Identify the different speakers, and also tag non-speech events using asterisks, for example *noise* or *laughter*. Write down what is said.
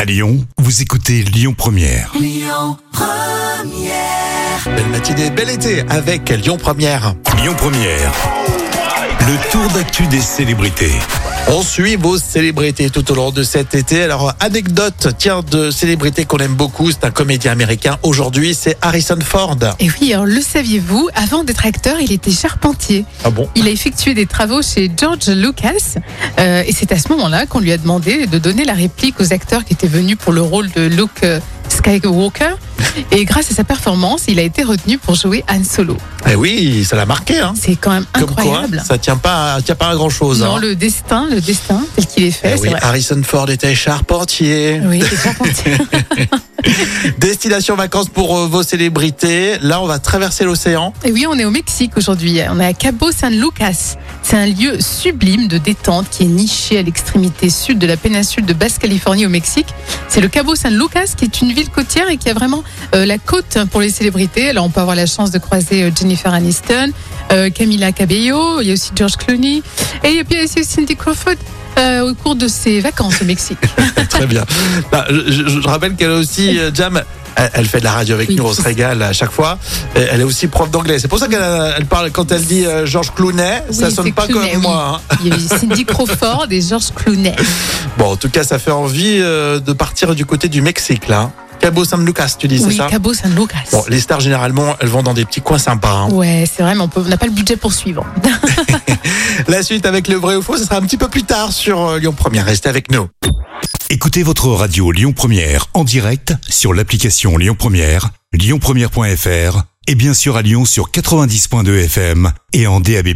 Speaker 1: À Lyon, vous écoutez Lyon Première.
Speaker 2: Belle matinée, bel été avec Lyon Première.
Speaker 1: Lyon Première. Le tour d'actu des célébrités.
Speaker 2: On suit vos célébrités tout au long de cet été. Alors, anecdote, tiens, de célébrité qu'on aime beaucoup, c'est un comédien américain. Aujourd'hui, c'est Harrison Ford.
Speaker 3: Et oui, alors, le saviez-vous, avant d'être acteur, il était charpentier.
Speaker 2: Ah bon
Speaker 3: Il a effectué des travaux chez George Lucas. euh, et c'est à ce moment-là qu'on lui a demandé de donner la réplique aux acteurs qui étaient venus pour le rôle de Luke euh, Skywalker. Et grâce à sa performance, il a été retenu pour jouer Han Solo.
Speaker 2: Eh oui, ça l'a marqué, hein
Speaker 3: C'est quand même
Speaker 2: Comme
Speaker 3: incroyable.
Speaker 2: quoi, ça tient pas, à- tient pas à grand chose.
Speaker 3: Dans le destin, le destin tel qu'il est fait, c'est
Speaker 2: Eh oui,
Speaker 3: vrai.
Speaker 2: Harrison Ford était charpentier.
Speaker 3: Oui, il est charpentier.
Speaker 2: Destination vacances pour euh, vos célébrités. Là, on va traverser l'océan.
Speaker 3: Et oui, on est au Mexique aujourd'hui. On est à Cabo San Lucas. C'est un lieu sublime de détente qui est niché à l'extrémité sud de la péninsule de Basse-Californie au Mexique. C'est le Cabo San Lucas qui est une ville côtière et qui a vraiment euh, la côte pour les célébrités. Alors on peut avoir la chance de croiser euh, Jennifer Aniston, euh, Camila Cabello, il y a aussi George Clooney et puis il y a aussi Cindy Crawford euh, au cours de ses vacances
Speaker 2: *laughs*
Speaker 3: au Mexique.
Speaker 2: Très bien. Bah, je, je- je rappelle qu'elle est aussi, euh, Jam, elle, elle fait de la radio avec
Speaker 3: Oui.
Speaker 2: nous, on se régale à chaque fois. Et elle est aussi prof d'anglais. C'est pour ça qu'elle a- elle parle, quand elle dit euh, Georges Clounet, ça
Speaker 3: Oui,
Speaker 2: sonne
Speaker 3: c'est
Speaker 2: pas
Speaker 3: Clooney,
Speaker 2: comme
Speaker 3: oui.
Speaker 2: moi. hein.
Speaker 3: Il y a eu Cindy Crawford et George Clooney.
Speaker 2: Bon, en tout cas, ça fait envie euh, de partir du côté du Mexique, là. Cabo San Lucas, tu dis, c'est
Speaker 3: Oui,
Speaker 2: ça
Speaker 3: Cabo San Lucas.
Speaker 2: Bon, les stars, généralement, elles vont dans des petits coins sympas. hein.
Speaker 3: Ouais, c'est vrai, mais on peut- on n'a pas le budget pour suivre.
Speaker 2: La suite avec le vrai ou faux, ce sera un petit peu plus tard sur euh, Lyon Première. Restez avec nous.
Speaker 1: Écoutez votre radio Lyon Première en direct sur l'application Lyon Première, lyonpremière.fr et bien sûr à Lyon sur 90.2 FM et en DAB+.